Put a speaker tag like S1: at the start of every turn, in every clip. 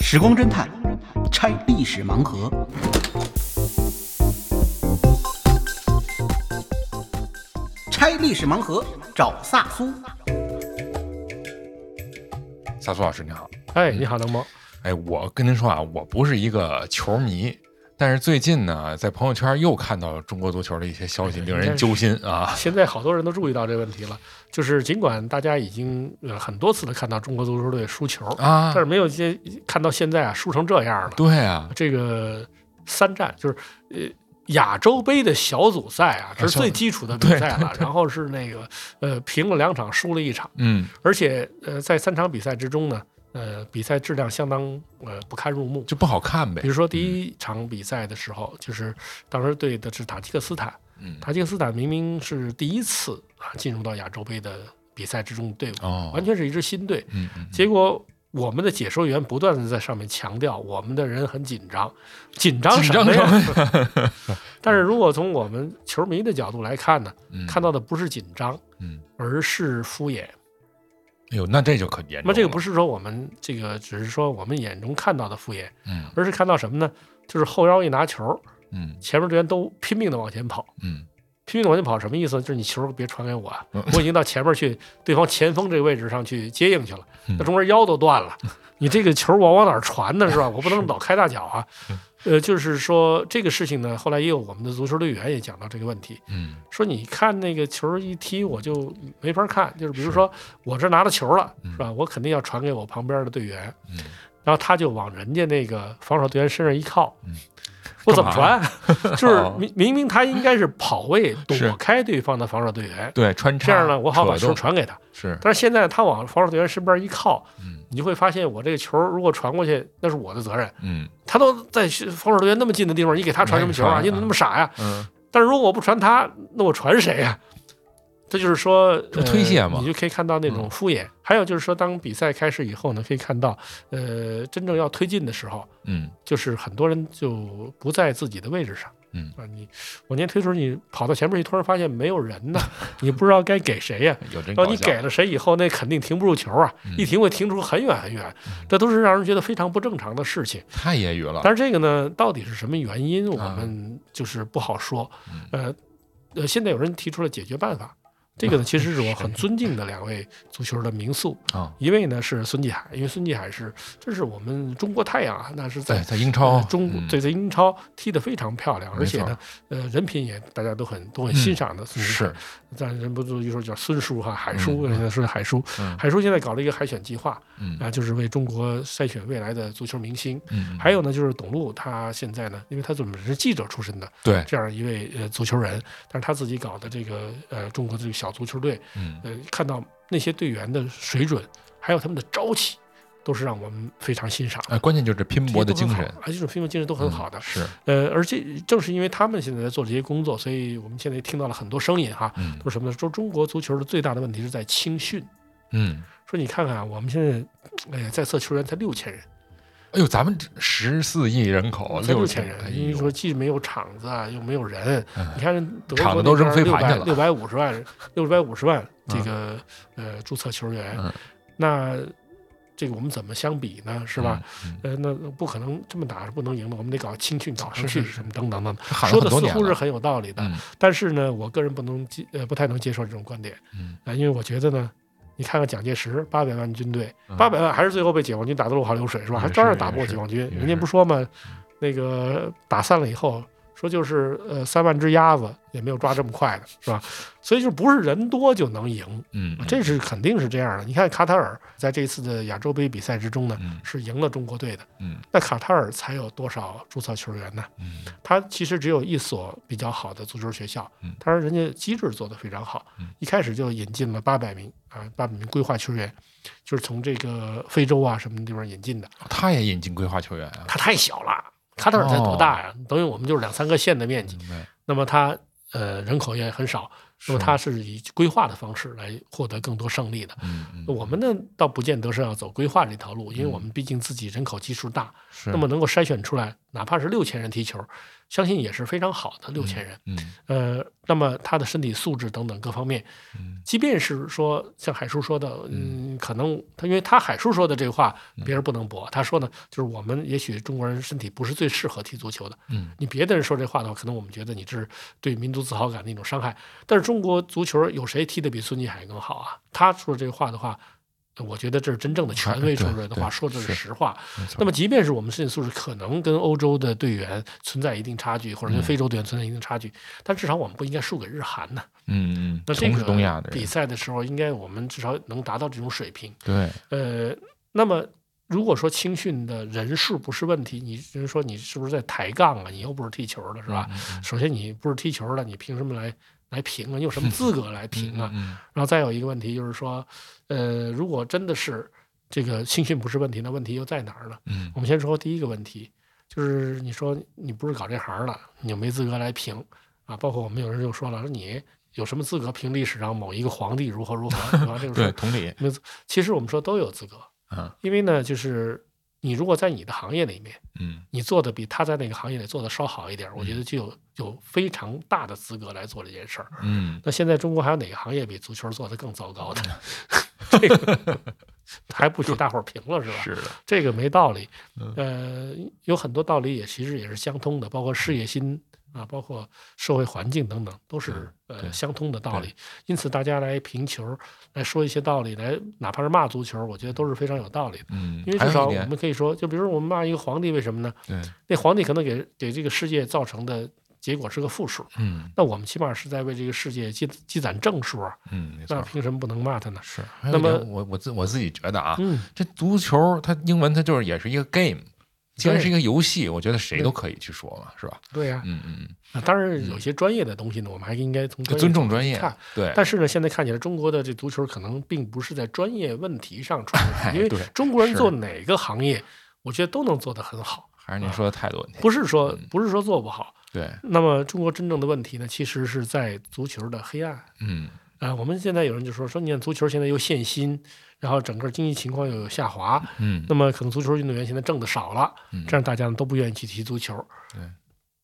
S1: 时光侦探拆历史盲盒。拆历史盲盒，找萨苏。
S2: 萨苏老师您好，
S3: 哎，你好，冷萌。
S2: 哎，我跟您说啊，我不是一个球迷，但是最近呢，在朋友圈又看到中国足球的一些消息，
S3: 哎
S2: 令人揪心啊。
S3: 现在好多人都注意到这个问题了，就是尽管大家已经呃很多次的看到中国足球队输球，
S2: 啊
S3: 但，是没有些看到现在啊输成这样了。
S2: 对啊，
S3: 这个三战就是呃亚洲杯的小组赛啊，这是最基础的比赛了。然后是那个呃平了两场，输了一场，
S2: 嗯，
S3: 而且呃在三场比赛之中呢，呃比赛质量相当呃不堪入目。
S2: 就不好看呗
S3: 比。如说第一场比赛的时候，就是当时对的是塔吉克斯坦，
S2: 嗯
S3: 塔吉克斯坦明明是第一次啊进入到亚洲杯的比赛之中的队伍，
S2: 哦，
S3: 完全是一支新队。
S2: 嗯嗯，
S3: 结果我们的解说员不断的在上面强调，我们的人很紧张，紧张
S2: 紧
S3: 什
S2: 张
S3: 么
S2: 什
S3: 呀？
S2: 么呀？
S3: 但是如果从我们球迷的角度来看呢，
S2: 嗯
S3: 看，到的不是紧张，
S2: 嗯，
S3: 而是敷衍。
S2: 哎呦，那这就可严重了。
S3: 那这个不
S2: 是，
S3: 是说我们这个只是说我们眼中看到的敷衍，
S2: 嗯
S3: 而是看到什么呢？就是后腰一拿球，
S2: 嗯
S3: 前面队员都拼命的往前跑。
S2: 嗯，
S3: 拼命地往前跑什么意思呢？就是你球别传给我啊
S2: 嗯，
S3: 我已经到前面去，对方前锋这个位置上去接应去了
S2: 嗯，
S3: 那中间腰都断了，你这个球我往哪儿传呢？是吧？我不能老开大脚啊。
S2: 嗯
S3: 呃，就是说这个事情呢，后来也有我们的足球队员也讲到这个问题，
S2: 嗯
S3: 说你看那个球一踢我就没法看，就是比如说我这拿到球了，
S2: 嗯
S3: 是吧？我肯定要传给我旁边的队员，
S2: 嗯，
S3: 然后他就往人家那个防守队员身上一靠
S2: 嗯，
S3: 我怎么
S2: 干
S3: 传？ 就是
S2: 哦
S3: 明明明他应该是跑位
S2: 是
S3: 躲开对方的防守队员，
S2: 对，穿插
S3: 这样呢我好把
S2: 扯
S3: 球
S2: 动
S3: 传给他。
S2: 是，
S3: 但是现在他往防守队员身边一靠，
S2: 嗯
S3: 你就会发现我这个球如果传过去，那是我的责任。
S2: 嗯
S3: 他都在防守队员那么近的地方，你给他传什么球
S2: 你
S3: 啊？
S2: 还给传啊
S3: 你怎么那么傻呀、
S2: 嗯，
S3: 但是如果我不传他，那我传谁呀、这就是说，
S2: 这不推卸吗嗯
S3: 呃？你就可以看到那种敷衍。还有就是说，当比赛开始以后呢，可以看到，呃，真正要推进的时候，
S2: 嗯
S3: 就是很多人就不在自己的位置上。
S2: 嗯
S3: 啊，你往前推的时候，你跑到前面去，突然发现没有人呢， 你不知道该给谁 呀、
S2: 有真
S3: 然
S2: 搞
S3: 哦后你
S2: 笑
S3: 给了谁以后，那肯定停不住球啊，
S2: 嗯
S3: 一停会停出很远很远，这都是让人觉得非常不正常的事情。
S2: 太业余了，
S3: 但是这个呢，到底是什么原因，我
S2: 啊
S3: 们就是不好说。
S2: 嗯
S3: 呃，呃，现在有人提出了解决办法，这个呢，其实是我很尊敬的两位足球的名宿，
S2: 啊，
S3: 一位呢是孙继海，因为孙继海是这是我们中国太阳啊，那是
S2: 在
S3: 在
S2: 在英超
S3: 呃中国
S2: 嗯
S3: 对在英超踢得非常漂亮，
S2: 没
S3: 而
S2: 错
S3: 且呢，呃，人品也大家都很都很
S2: 嗯
S3: 欣赏的。孙继海
S2: 是，
S3: 但忍不住一说叫孙叔哈，海叔，
S2: 嗯
S3: 现在说海叔，
S2: 嗯
S3: 海叔现在搞了一个海选计划
S2: 嗯
S3: 啊，就是为中国筛选未来的足球明星。
S2: 嗯，
S3: 还有呢，就是董路，他现在呢，因为他本身是记者出身的，
S2: 对，
S3: 这样一位呃足球人，但是他自己搞的这个呃中国的这个小足球队，
S2: 嗯
S3: 呃，看到那些队员的水准，还有他们的朝气，都是让我们非常欣赏的。
S2: 哎，关键就是拼搏的精神，
S3: 啊，这种拼搏精神都很好的。
S2: 嗯是，
S3: 呃，而且正是因为他们现在在做这些工作，所以我们现在听到了很多声音哈，
S2: 嗯
S3: 都是什么呢？说中国足球的最大的问题是在青训。
S2: 嗯，
S3: 说你看看啊我们现在，哎、在册球员才六千人，
S2: 哎呦，咱们十四亿人口，
S3: 才
S2: 六
S3: 六千
S2: 哎
S3: 人，因为
S2: 呦
S3: 说，既没有场子啊，又没有人。
S2: 嗯
S3: 你看人德
S2: 场
S3: 国
S2: 子都扔飞盘去了
S3: 六百五 十万，六百五十万这个、呃注册球员，
S2: 嗯
S3: 那这个我们怎么相比呢？是吧？？
S2: 嗯嗯
S3: 呃，那不可能这么打是不能赢的，我们得搞青训搞上
S2: 是
S3: 去，
S2: 是是
S3: 什么等等等等。
S2: 嗯喊了
S3: 说的
S2: 很多
S3: 似
S2: 年
S3: 乎是
S2: 了
S3: 很有道理的，
S2: 嗯
S3: 但是呢，我个人不能接呃不太能接受这种观点啊、
S2: 嗯
S3: 因为我觉得呢，你看看蒋介石八百万军队
S2: 嗯，
S3: 八百万还是最后被解放军打得落花流水是吧？
S2: 也
S3: 还照样
S2: 是
S3: 打不过
S2: 也是
S3: 解放军，
S2: 也
S3: 人家
S2: 是嗯
S3: 不说嘛，那个打散了以后。说就是呃三万只鸭子也没有抓这么快的是吧？所以就不是人多就能赢，
S2: 嗯，嗯
S3: 这是肯定是这样的。你看卡塔尔在这次的亚洲杯比赛之中呢，
S2: 嗯
S3: 是赢了中国队的。
S2: 嗯
S3: 那卡塔尔才有多少注册球员呢？
S2: 嗯
S3: 他其实只有一所比较好的足球学校
S2: 嗯，
S3: 当然人家机制做得非常好
S2: 嗯，
S3: 一开始就引进了八百名啊，八百名规划球员，就是从这个非洲啊什么地方引进的。
S2: 他也引进规划球员啊，
S3: 他太小了，卡塔尔才多大呀？等于我们就是两三个县的面积。
S2: 哦明白？
S3: 那么他呃人口也很少，那么他是以规划的方式来获得更多胜利的。
S2: 嗯嗯，
S3: 我们呢，倒不见得是要走规划这条路，因为
S2: 嗯
S3: 我们毕竟自己人口基数大，
S2: 是
S3: 那么能够筛选出来，哪怕是六千人踢球，相信也是非常好的六千人。
S2: 嗯
S3: 呃，那么他的身体素质等等各方面，
S2: 嗯
S3: 即便是说像海叔说的，嗯，可能他因为他海叔说的这个话，
S2: 嗯
S3: 别人不能驳。他说呢，就是我们也许中国人身体不是最适合踢足球的。
S2: 嗯
S3: 你别的人说这话的话，可能我们觉得你这是对民族自豪感的一种伤害。但是中国足球有谁踢得比孙继海更好啊？他说这个话的话，我觉得这是真正的权威
S2: 哎对
S3: 说出来的话，
S2: 对
S3: 说的
S2: 是
S3: 是实话。
S2: 没错
S3: 那么，即便是我们身体素质可能跟欧洲的队员存在一定差距，
S2: 嗯
S3: 或者跟非洲队员存在一定差距，但至少我们不应该输给日韩呢。
S2: 嗯嗯，
S3: 那这
S2: 同是
S3: 个
S2: 东亚的
S3: 比
S2: 人，
S3: 赛的时候，应该我们至少能达到这种水平。
S2: 对，
S3: 呃，那么如果说青训的人数不是问题，你就是说你是不是在抬杠啊？你又不是踢球的，是吧？
S2: 嗯？嗯
S3: 首先你不是踢球的，你凭什么来来评啊？你 有什么资格来评啊？
S2: 嗯
S3: 然后再有一个问题就是说，呃，如果真的是这个青训不是问题，那问题又在哪儿呢？
S2: 嗯
S3: 我们先说第一个问题，就是你说你不是搞这行的，你就没资格来评啊。包括我们有人就说了，说你有什么资格评历史上某一个皇帝如何如何，是吧？这
S2: 嗯，
S3: 个
S2: 对，
S3: 是
S2: 同理，
S3: 没有资，其实我们说都有资格，
S2: 嗯
S3: 因为呢，就是你如果在你的行业里面，
S2: 嗯
S3: 你做的比他在那个行业里做的稍好一点儿，我觉得就有有非常大的资格来做这件事儿。
S2: 嗯，
S3: 那现在中国还有哪个行业比足球做的更糟糕的？ 这个还不许大伙儿评了是吧？
S2: 是的，
S3: 这个没道理。
S2: 嗯
S3: 呃，有很多道理也其实也是相通的，包括事业心啊，包括社会环境等等，都是
S2: 对
S3: 呃相通的道理。因此，大家来评球，来说一些道理，来哪怕是骂足球，我觉得都是非常有道理的。
S2: 嗯，
S3: 因为
S2: 还有
S3: 至少
S2: 一
S3: 我
S2: 点，
S3: 们可以说，就比如说我们骂一个皇帝，为什么呢？
S2: 对，
S3: 那皇帝可能给给这个世界造成的结果是个负数，
S2: 嗯
S3: 那我们起码是在为这个世界积积攒正数啊，
S2: 嗯，没
S3: 那
S2: 错，
S3: 凭什么不能骂他呢？
S2: 是。还有一
S3: 那么
S2: 点我我自我自己觉得啊，
S3: 嗯，
S2: 这足球它英文它就是也是一个 game，既然
S3: 对
S2: 是一个游戏，我觉得谁
S3: 对
S2: 都可以去说嘛，是吧？
S3: 对呀、
S2: 嗯嗯
S3: 啊，当然有些专业的东西呢，我们还应该从
S2: 嗯，
S3: 专业
S2: 尊重专业
S3: 看，
S2: 对，
S3: 但是呢，现在看起来中国的这足球可能并不是在专业问题上出问题，因为
S2: 哎对
S3: 中国人
S2: 是
S3: 做哪个行业，我觉得都能做得很好，
S2: 还是您说的态度问题，
S3: 不是说不是说做不好。
S2: 对，
S3: 那么中国真正的问题呢，其实是在足球的黑暗。
S2: 嗯
S3: 啊，我们现在有人就说说，你看足球现在又限薪，然后整个经济情况又有下滑，
S2: 嗯
S3: 那么可能足球运动员现在挣的少了，
S2: 嗯
S3: 这样大家呢都不愿意去踢足球。
S2: 对，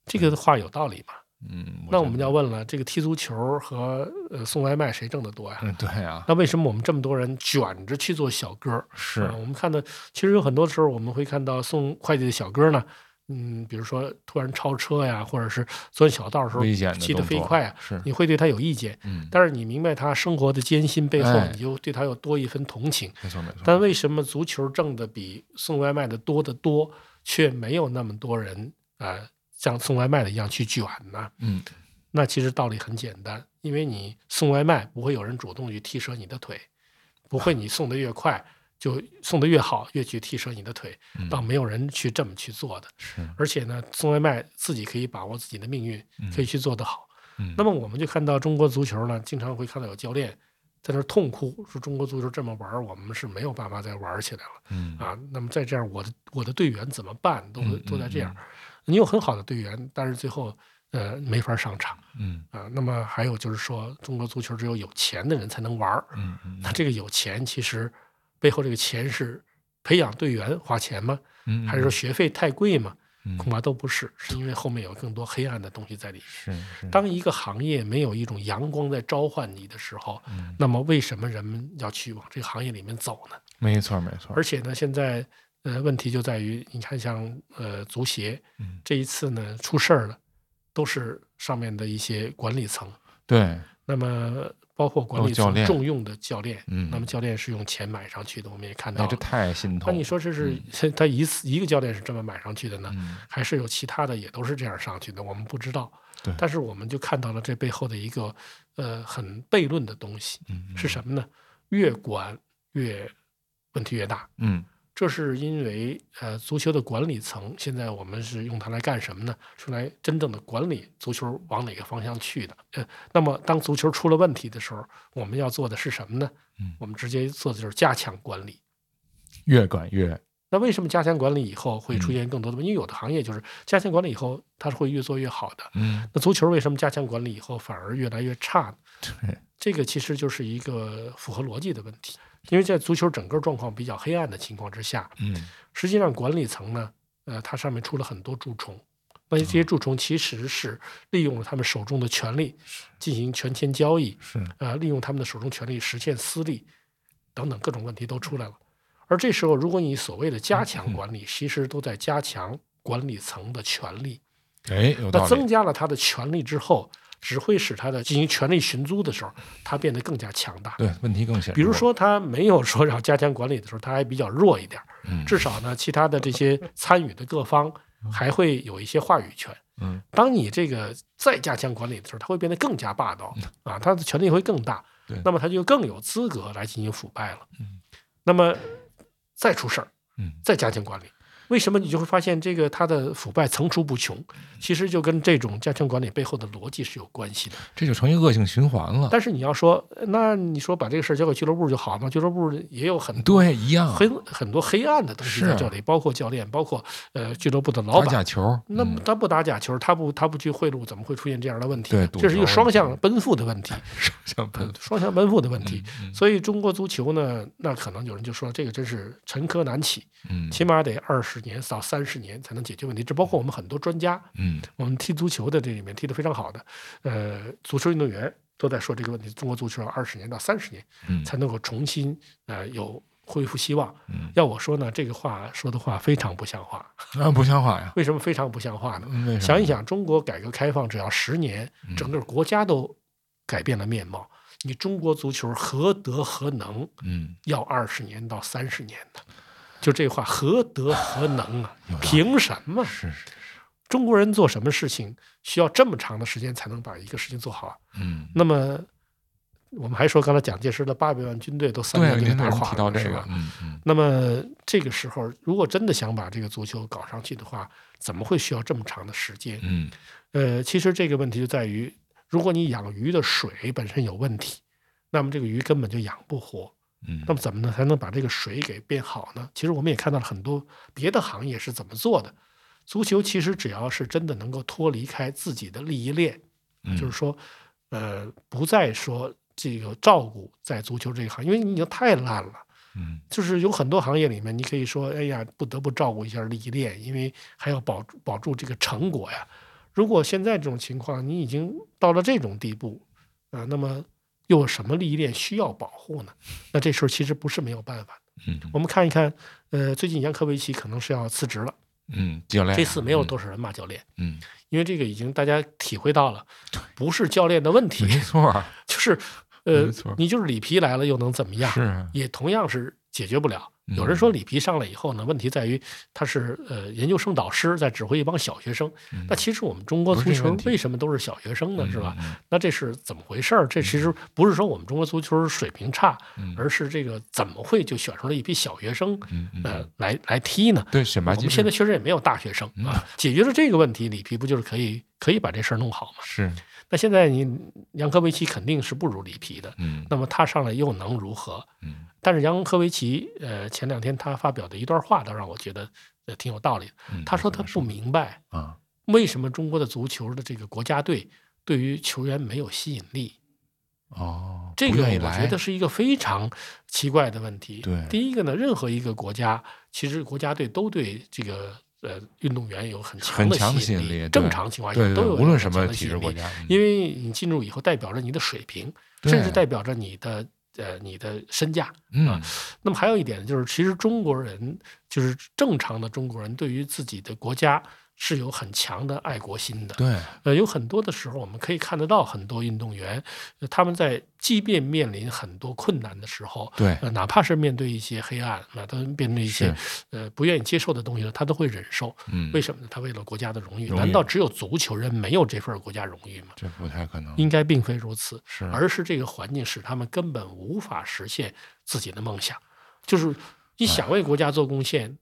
S3: 这个话有道理嘛？
S2: 嗯，
S3: 那我们
S2: 觉
S3: 就要问了，这个踢足球和呃送外卖谁挣得多呀？
S2: 得嗯，对啊，
S3: 那为什么我们这么多人卷着去做小哥儿？
S2: 是
S3: 啊，我们看到，其实有很多时候我们会看到送快递的小哥儿呢，嗯，比如说突然超车呀，或者是钻小道的时候
S2: 危险的
S3: 骑得
S2: 动
S3: 飞
S2: 作
S3: 快啊，
S2: 是，
S3: 你会对他有意见。
S2: 嗯，
S3: 但是你明白他生活的艰辛背后
S2: 哎，
S3: 你就对他有多一分同情。
S2: 没错没错，
S3: 但为什么足球挣的比送外卖的多得多，却没有那么多人啊、呃像送外卖的一样去卷呢？
S2: 嗯
S3: 那其实道理很简单，因为你送外卖不会有人主动去踢折你的腿，不会你送的越快就送的越好，越去踢折你的腿，
S2: 嗯
S3: 倒没有人去这么去做的。
S2: 是，
S3: 而且呢，送外卖自己可以把握自己的命运，可以去做得好。
S2: 嗯
S3: 那么我们就看到中国足球呢，经常会看到有教练在那儿痛哭，说中国足球这么玩儿，我们是没有办法再玩儿起来了。
S2: 嗯
S3: 啊，那么再这样，我的我的队员怎么办？都
S2: 嗯
S3: 都在这
S2: 嗯
S3: 样，你有很好的队员，但是最后呃没法上场
S2: 嗯
S3: 啊。那么还有就是说，中国足球只有有钱的人才能玩儿。
S2: 嗯嗯
S3: 那这个有钱其实背后这个钱是培养队员花钱吗？
S2: 嗯，
S3: 还是说学费太贵吗？
S2: 嗯
S3: 恐怕都不是，是因为后面有更多黑暗的东西在里面。
S2: 是是，
S3: 当一个行业没有一种阳光在召唤你的时候，
S2: 嗯
S3: 那么为什么人们要去往这个行业里面走呢？
S2: 没错没错，
S3: 而且呢，现在呃问题就在于，你看像呃足协
S2: 嗯
S3: 这一次呢出事儿了，都是上面的一些管理层，
S2: 对，
S3: 那么包括管
S2: 哦
S3: 理
S2: 教
S3: 层
S2: 练
S3: 重用的教练，
S2: 嗯
S3: 那么教练是用钱买上去的，我们也看到
S2: 哎，
S3: 了
S2: 这。太心痛
S3: 那
S2: 了，
S3: 你说这是 他一次一个教练是这么买上去的呢，
S2: 嗯
S3: 还是有其他的也都是这样上去的？我们不知道
S2: 对。
S3: 但是我们就看到了这背后的一个呃很悖论的东西
S2: 嗯
S3: 是什么呢？越管越问题越大。
S2: 嗯
S3: 这是因为呃，足球的管理层现在我们是用它来干什么呢？是来真正的管理足球往哪个方向去的。呃，那么当足球出了问题的时候，我们要做的是什么呢？
S2: 嗯
S3: 我们直接做的就是加强管理。
S2: 越管越
S3: 那为什么加强管理以后会出现更多的问题？因为有的行业就是加强管理以后，它是会越做越好的。
S2: 嗯
S3: 那足球为什么加强管理以后反而越来越差呢？
S2: 对
S3: 这个其实就是一个符合逻辑的问题，因为在足球整个状况比较黑暗的情况之下，
S2: 嗯
S3: 实际上管理层呢，呃，它上面出了很多蛀虫，那这些
S2: 嗯
S3: 蛀虫其实是利用了他们手中的权力进行权钱交易，
S4: 是
S3: 呃，利用他们的手中权力实现私利，等等各种问题都出来了。而这时候，如果你所谓的加
S2: 嗯
S3: 强管理，其实都在加强管理层的权力。
S2: 哎，有道
S3: 那
S2: 理
S3: 增。加了他的权力之后，只会使他的进行权力寻租的时候，他变得更加强大。
S2: 对，问题更显。
S3: 比如，说，他没有说让加强管理的时候，他还比较弱一点儿。
S2: 嗯
S3: 至少呢，其他的这些参与的各方还会有一些话语权。
S4: 嗯，
S3: 当你这个再加强管理的时候，他会变得更加霸道啊，他的权力会更大
S2: 嗯对。
S3: 那么他就更有资格来进行腐败了。那么再出事儿，
S2: 嗯
S3: 再加强管理。为什么你就会发现这个他的腐败层出不穷？
S2: 嗯
S3: 其实就跟这种加强管理背后的逻辑是有关系的。
S2: 这就成一恶性循环了。
S3: 但是你要说，那你说把这个事儿交给俱乐部就好吗？俱乐部也有很
S2: 对，一样。
S3: 很很多黑暗的东西
S2: 嗯是
S3: 在这里，包括教练，包括呃俱乐部的
S2: 打
S3: 老板
S2: 假。球，
S3: 那
S2: 嗯
S3: 他不打假球，他不他不去贿赂，怎么会出现这样的问题
S2: 对
S3: 呢？
S2: 赌
S3: 这是一个
S2: 球
S3: 双向奔赴的 问题，
S2: 像喷
S3: 双向奔赴的问题。
S2: 嗯
S3: 所以中国足球呢，那可能有人就说这个真是沉疴难起，
S2: 嗯
S3: 起码得二十年到三十年才能解决问题。这包括我们很多专家，
S2: 嗯，
S3: 我们踢足球的这里面踢得非常好的，呃，足球运动员都在说这个问题。中国足球要二十年到三十年，
S2: 嗯
S3: 才能够重新呃有恢复希望。
S2: 嗯
S3: 要我说呢，这个话说的话非常不像话。
S2: 那不像话呀。
S3: 为什么非常不像话呢？
S2: 嗯为什么
S3: 想一，想，中国改革开放只要十年，
S2: 嗯
S3: 整个国家都改变了面貌，你中国足球何德何能
S2: 嗯，
S3: 要二十年到三十年呢？就这话，何德何能啊
S2: 有道？理
S3: 凭什么？
S2: 是是，
S3: 中国人做什么事情需要这么长的时间才能把一个事情做好啊？
S2: 嗯，
S3: 那么我们还说，刚才蒋介石的八百万军队都三
S2: 对，啊
S3: 年就给
S2: 您
S3: 打
S2: 为什么
S3: 垮
S2: 提到
S3: 了，
S2: 这
S3: 是
S2: 个
S3: 吧？？
S2: 嗯嗯，
S3: 那么这个时候，如果真的想把这个足球搞上去的话，怎么会需要这么长的时间？
S2: 嗯，
S3: 呃，其实这个问题就在于，如果你养鱼的水本身有问题，那么这个鱼根本就养不活。
S2: 嗯
S3: 那么怎么呢才能把这个水给变好呢？其实我们也看到了很多别的行业是怎么做的。足球其实只要是真的能够脱离开自己的利益链，
S2: 嗯
S3: 就是说，呃，不再说这个照顾在足球这个行业，因为你已经太烂了。
S2: 嗯，
S3: 就是有很多行业里面，你可以说，哎呀，不得不照顾一下利益链，因为还要保住保住这个成果呀。如果现在这种情况，你已经到了这种地步，啊、那么又有什么利益链需要保护呢？那这时候其实不是没有办法的。
S2: 嗯
S3: 我们看一看，呃，最近杨科维奇可能是要辞职了，
S2: 嗯，教练
S3: 这次没有多少人骂教练，
S2: 嗯，
S3: 因为这个已经大家体会到了，不是教练的问题
S2: 嗯，没错儿，
S3: 就是，呃
S2: 没错，
S3: 你就是里皮来了又能怎么样？
S2: 是啊
S3: 也同样是解决不了。
S2: 嗯
S3: 有人说里皮上来以后呢，问题在于他是呃研究生导师在指挥一帮小学生。那其实我们中国
S2: 嗯不是这
S3: 足
S2: 个
S3: 球
S2: 问题
S3: 为什么都是小学生呢？是吧？
S2: 嗯
S3: 那这是怎么回事儿？这其实不是说我们中国足球水平差，而是这个怎么会就选出了一批小学生
S2: 嗯嗯
S3: 呃来来踢呢？
S2: 对，选拔
S3: 我
S2: 机
S3: 们
S2: 制
S3: 现在确实也没有大学生
S2: 嗯
S3: 啊，解决了这个问题，里皮不就是可以可以把这事儿弄好吗？
S2: 是，
S3: 那现在你杨科维奇肯定是不如里皮的，
S2: 嗯
S3: 那么他上来又能如何？
S2: 嗯
S3: 但是杨科维奇，呃，前两天他发表的一段话，倒让我觉得呃挺有道理的。
S2: 嗯
S3: 他说他不明白
S2: 啊，
S3: 为什么中国的足球的这个国家队对于球员没有吸引力，
S2: 哦，
S3: 这
S2: 不
S3: 个
S2: 愿意
S3: 我觉
S2: 来
S3: 得，是一个非常奇怪的问题。
S2: 对
S3: 第一个呢，任何一个国家其实国家队都对这个呃运动员有很强
S2: 很
S3: 的
S2: 强的
S3: 吸
S2: 吸引力
S3: 力，
S2: 对
S3: 正常情况下
S2: 对
S3: 都
S2: 对，
S3: 有
S2: 无论
S3: 很
S2: 什
S3: 强
S2: 么
S3: 的吸
S2: 体
S3: 引
S2: 制
S3: 力
S2: 国家，
S3: 因
S2: 为
S3: 为你进入以后代表着你的水平，
S2: 对
S3: 甚至代表着你的呃你的身价。
S2: 嗯
S3: 啊那么还有一点就是，其实中国人就是正常的中国人，对于自己的国家是有很强的爱国心的。
S2: 对，
S3: 呃，有很多的时候，我们可以看得到很多运动员，呃他们在即便面临很多困难的时候，
S2: 对
S3: 呃，哪怕是面对一些黑暗，那他面对一些呃不愿意接受的东西，他都会忍受。
S2: 嗯
S3: 为什么呢？他为了国家的荣誉。
S2: 荣誉
S3: 难道只有足球人没有这份国家荣誉吗？
S2: 这不太可能，
S3: 应该并非如此。
S2: 是
S3: 而是这个环境使他们根本无法实现自己的梦想。就是你想为国家做贡献，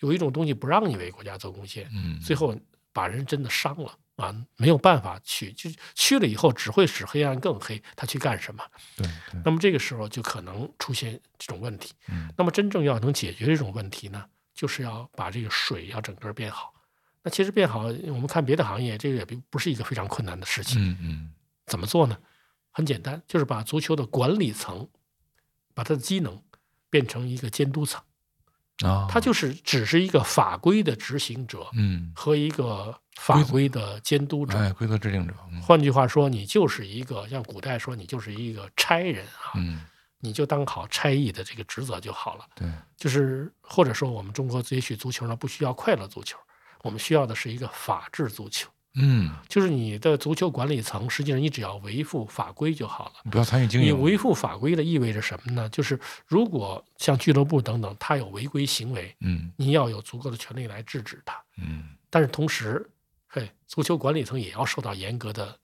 S3: 有一种东西不让你为国家做贡献，
S2: 嗯，
S3: 最后把人真的伤了啊，没有办法去，就去了以后只会使黑暗更黑，他去干什么？
S2: 对对，
S3: 那么这个时候就可能出现这种问题
S2: 嗯。
S3: 那么真正要能解决这种问题呢，就是要把这个水要整个变好。那其实变好，我们看别的行业，这个也并不是一个非常困难的事情。
S2: 嗯嗯
S3: 怎么做呢？很简单，就是把足球的管理层，把它的机能变成一个监督层。
S2: 啊，
S3: 它就是只是一个法规的执行者
S2: 嗯，
S3: 和一个法规的监督者。
S2: 哎，规则制定者，嗯
S3: 换句话说，你就是一个像古代说你就是一个差人啊，
S2: 嗯，
S3: 你就当好差役的这个职责就好了。
S2: 对，
S3: 就是或者说，我们中国也许足球呢不需要快乐足球，我们需要的是一个法治足球。
S2: 嗯，
S3: 就是你的足球管理层，实际上你只要维护法规就好了。
S2: 你不要参与经
S3: 你
S2: 营，
S3: 维护法规的意味着什么呢？就是如果像俱乐部等等，它有违规行为，
S2: 嗯
S3: 你要有足够的权利来制止它。
S2: 嗯，
S3: 但是同时，嘿，足球管理层也要受到严格的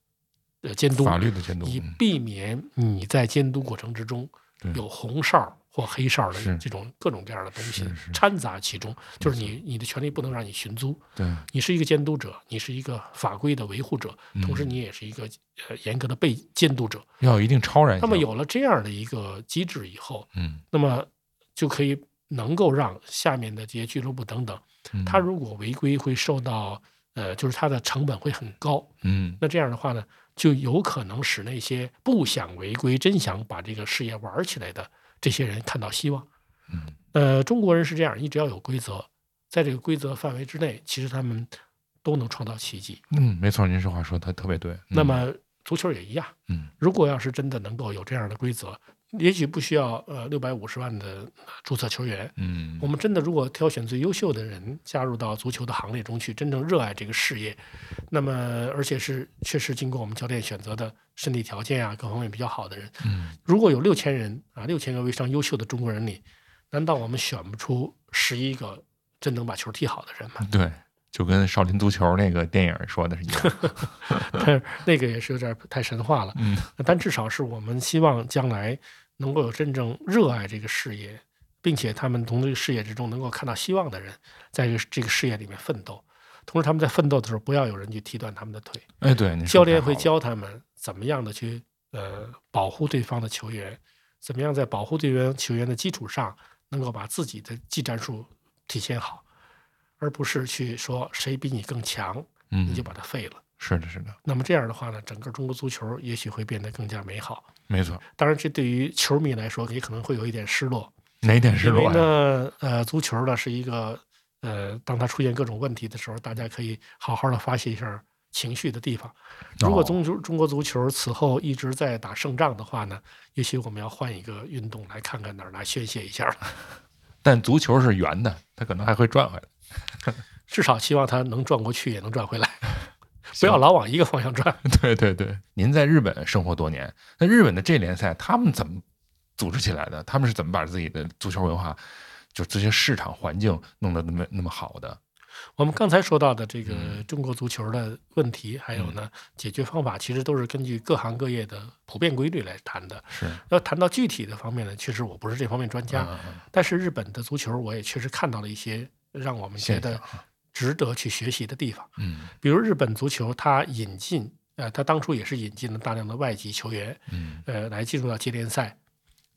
S3: 呃监督，
S2: 法律的监督，
S3: 以
S2: 嗯
S3: 避免你在监督过程之中
S2: 对
S3: 有红哨或黑哨的
S2: 是
S3: 这种各种各样的东西
S2: 是是
S3: 掺杂其中。就是你你的权利不能让你寻租，
S2: 对，
S3: 你是一个监督者，你是一个法规的维护者，
S2: 嗯
S3: 同时你也是一个呃严格的被监督者。
S2: 要有一定超然性。
S3: 那么，有了这样的一个机制以后，
S2: 嗯，
S3: 那么就可以能够让下面的这些俱乐部等等，
S2: 嗯
S3: 他如果违规会受到呃，就是它的成本会很高。
S2: 嗯
S3: 那这样的话呢，就有可能使那些不想违规、真想把这个事业玩起来的这些人看到希望。
S2: 嗯，
S3: 呃，中国人是这样，你只要有规则，在这个规则范围之内，其实他们都能创造奇迹。
S2: 嗯，没错，您这话说的特别对。嗯
S3: 那，么足球也一样，
S2: 嗯
S3: 如果要是真的能够有这样的规则，也许不需要呃六百五十万的注册球员，
S2: 嗯，
S3: 我们真的如果挑选最优秀的人加入到足球的行列中去，真正热爱这个事业，那么而且是确实经过我们教练选择的身体条件啊各方面比较好的人，
S2: 嗯
S3: 如果有六千人啊六千个微商优秀的中国人里，难道我们选不出十一个真能把球踢好的人吗？
S2: 嗯对，就跟《少林足球》那个电影说的是一样。
S3: 但是那个也是有点太神话了。
S2: 嗯
S3: 但至少是我们希望将来能够有真正热爱这个事业，并且他们从这个事业之中能够看到希望的人，在这个这个事业里面奋斗。同时，他们在奋斗的时候，不要有人去踢断他们的腿。
S2: 哎，对，您说
S3: 教
S2: 太
S3: 练
S2: 好
S3: 会
S2: 了，
S3: 教他们怎么样的去呃保护对方的球员，怎么样在保护对方球员的基础上，能够把自己的技战术体现好，而不是去说谁比你更强，
S2: 嗯
S3: 你就，把他废了。
S2: 是的，是的，
S3: 那么这样的话呢，整个中国足球也许会变得更加美好。
S2: 没错。
S3: 当然，这对于球迷来说也可能会有一点失落，
S2: 哪一点是
S3: 因
S2: 弱
S3: 为
S2: 呀？
S3: 呢，呃，足球呢是一个呃，当它出现各种问题的时候，大家可以好好的发泄一下情绪的地方。如果
S2: 哦
S3: 中足中国足球此后一直在打胜仗的话呢，也许我们要换一个运动来看看哪儿来宣泄一下了。
S2: 但足球是圆的，它可能还会转回来。
S3: 至少希望它能转过去，也能转回来， 不要老往一个方向转。
S2: 对对对，您在日本生活多年，那日本的这联赛他们怎么组织起来的？他们是怎么把自己的足球文化，就这些市场环境弄得那么那么好的？
S3: 我们刚才说到的这个
S2: 嗯
S3: 中国足球的问题，还有呢解决方法，其实都是根据各行各业的普遍规律来谈的。
S2: 是
S3: 要谈到具体的方面呢，确实我不是这方面专家，
S2: 嗯嗯
S3: 但是日本的足球我也确实看到了一些让我们觉
S2: 现
S3: 得值得去学习的地方。
S2: 嗯
S3: 比如日本足球，它引进，呃，它当初也是引进了大量的外籍球员，
S2: 嗯
S3: 呃，来进入到接联赛，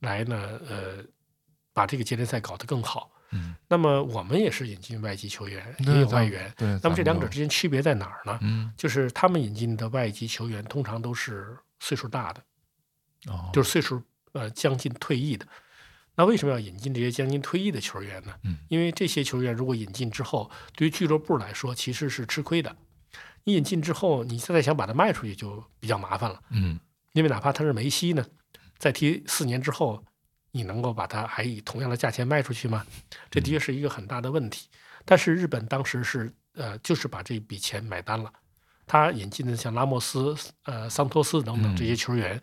S3: 来呢，呃，把这个接联赛搞得更好。
S2: 嗯，
S3: 那么我们也是引进外籍球员，
S2: 对
S3: 也有
S2: 咱
S3: 外援。
S2: 对，
S3: 那么这
S2: 咱
S3: 两
S2: 们
S3: 者
S2: 就
S3: 之间区别在哪儿呢？
S2: 嗯
S3: 就是他们引进的外籍球员通常都是岁数大的，
S2: 哦
S3: 就是岁数呃将近退役的。那为什么要引进这些将近退役的球员呢？
S2: 嗯
S3: 因为这些球员如果引进之后，对于俱乐部来说其实是吃亏的。你引进之后，你现在想把它卖出去就比较麻烦了，
S2: 嗯
S3: 因为哪怕他是梅西呢，在踢四年之后，你能够把它还以同样的价钱卖出去吗？这的确是一个很大的问题。但是日本当时是呃，就是把这笔钱买单了。他引进的像拉莫斯、呃桑托斯等等
S2: 嗯
S3: 这些球员，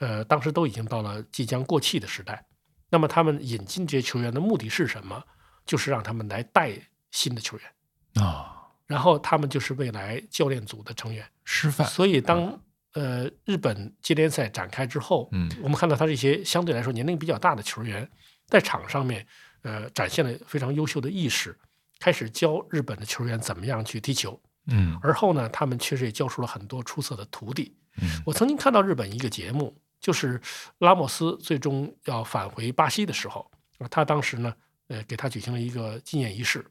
S3: 呃，当时都已经到了即将过气的时代。那么他们引进这些球员的目的是什么？就是让他们来带新的球员，
S2: 啊
S3: 然后他们就是未来教练组的成员。
S2: 师范
S3: 所以当呃日本接联赛展开之后，
S2: 嗯
S3: 我们看到他这些相对来说年龄比较大的球员，在场上面呃展现了非常优秀的意识，开始教日本的球员怎么样去踢球。
S2: 嗯
S3: 而后呢，他们确实也教出了很多出色的徒弟。
S2: 嗯
S3: 我曾经看到日本一个节目，就是拉莫斯最终要返回巴西的时候，啊他当时呢，呃，给他举行了一个纪念仪式。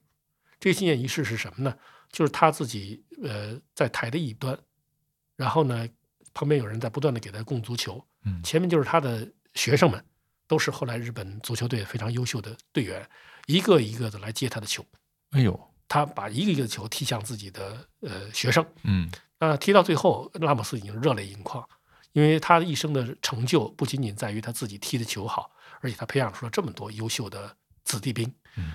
S3: 这个纪念仪式是什么呢？就是他自己呃在台的一端，然后呢，旁边有人在不断的给他供足球，
S2: 嗯
S3: 前面就是他的学生们，都是后来日本足球队非常优秀的队员，一个一个的来接他的球，
S2: 哎呦，
S3: 他把一个一个的球踢向自己的呃学生。
S2: 嗯
S3: 那呃踢到最后，拉莫斯已经热泪盈眶，因为他一生的成就不仅仅在于他自己踢的球好，而且他培养出了这么多优秀的子弟兵，啊
S2: 嗯，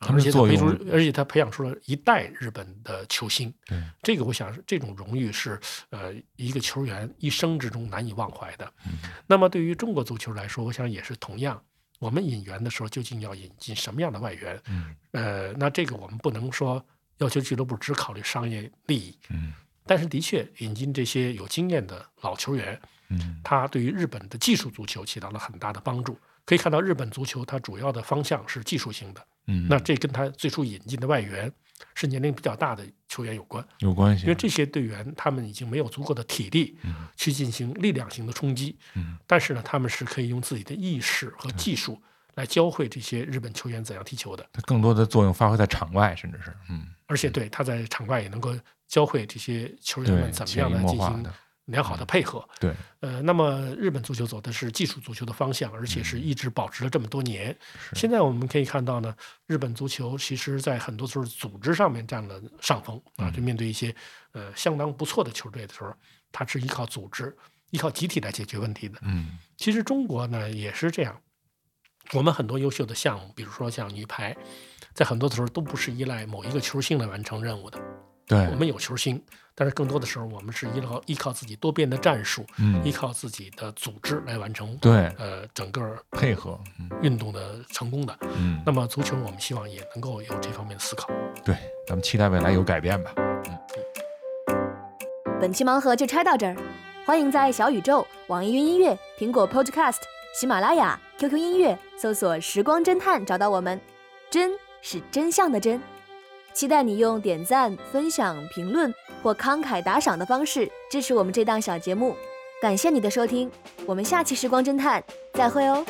S2: 他
S3: 而
S2: 们
S3: 且
S2: 的
S3: 他
S2: 作
S3: 培出
S2: 用，，
S3: 而且他培养出了一代日本的球星。
S2: 对，
S3: 这个我想是这种荣誉是呃一个球员一生之中难以忘怀的。
S2: 嗯
S3: 那么对于中国足球来说，我想也是同样。我们引援的时候，究竟要引进什么样的外援？
S2: 嗯
S3: 呃，那这个我们不能说要求俱乐部只考虑商业利益，
S2: 嗯
S3: 但是的确引进这些有经验的老球员，
S2: 嗯
S3: 他对于日本的技术足球起到了很大的帮助。可以看到，日本足球它主要的方向是技术型的，
S2: 嗯，
S3: 那这跟他最初引进的外援是年龄比较大的球员有关。
S2: 有关系，
S3: 因为这些队员他们已经没有足够的体力
S2: 嗯
S3: 去进行力量型的冲击，
S2: 嗯
S3: 但是呢，他们是可以用自己的意识和技术来教会这些日本球员怎样踢球的，
S2: 它更多的作用发挥在场外，甚至是嗯，
S3: 而且对他在场外也能够教会这些球员
S2: 对
S3: 们，怎么
S2: 潜
S3: 样
S2: 移
S3: 来
S2: 默
S3: 进
S2: 化
S3: 行
S2: 的，嗯
S3: 良好的配合。
S2: 对，
S3: 呃，那么日本足球走的是技术足球的方向，而且是一直保持了这么多年。
S2: 是
S3: 现在我们可以看到呢，日本足球其实在很多时候组织上面占了上风啊，就面对一些呃相当不错的球队的时候，它是依靠组织、依靠集体来解决问题的。
S2: 嗯
S3: 其实中国呢也是这样，我们很多优秀的项目，比如说像女排，在很多的时候都不是依赖某一个球星来完成任务的。
S2: 对
S3: 我，们有球星，但是更多的时候我们是依靠依靠自己多变的战术，依
S2: 嗯
S3: 靠自己的组织来完成
S2: 对，
S3: 呃整个
S2: 配合，嗯
S3: 运动的成功的。
S2: 嗯，
S3: 那么足球，我们希望也能够有这方面的思考。
S2: 对，咱们期待未来有改变吧。
S4: 本期盲盒就拆到这儿，欢迎在小宇宙、网易云音乐、苹果 Podcast、喜马拉雅、QQ 音乐搜索“时光侦探”找到我们。真是真相的真，期待你用点赞、分享、评论或慷慨打赏的方式支持我们这档小节目。感谢你的收听，我们下期《时光侦探》再会哦。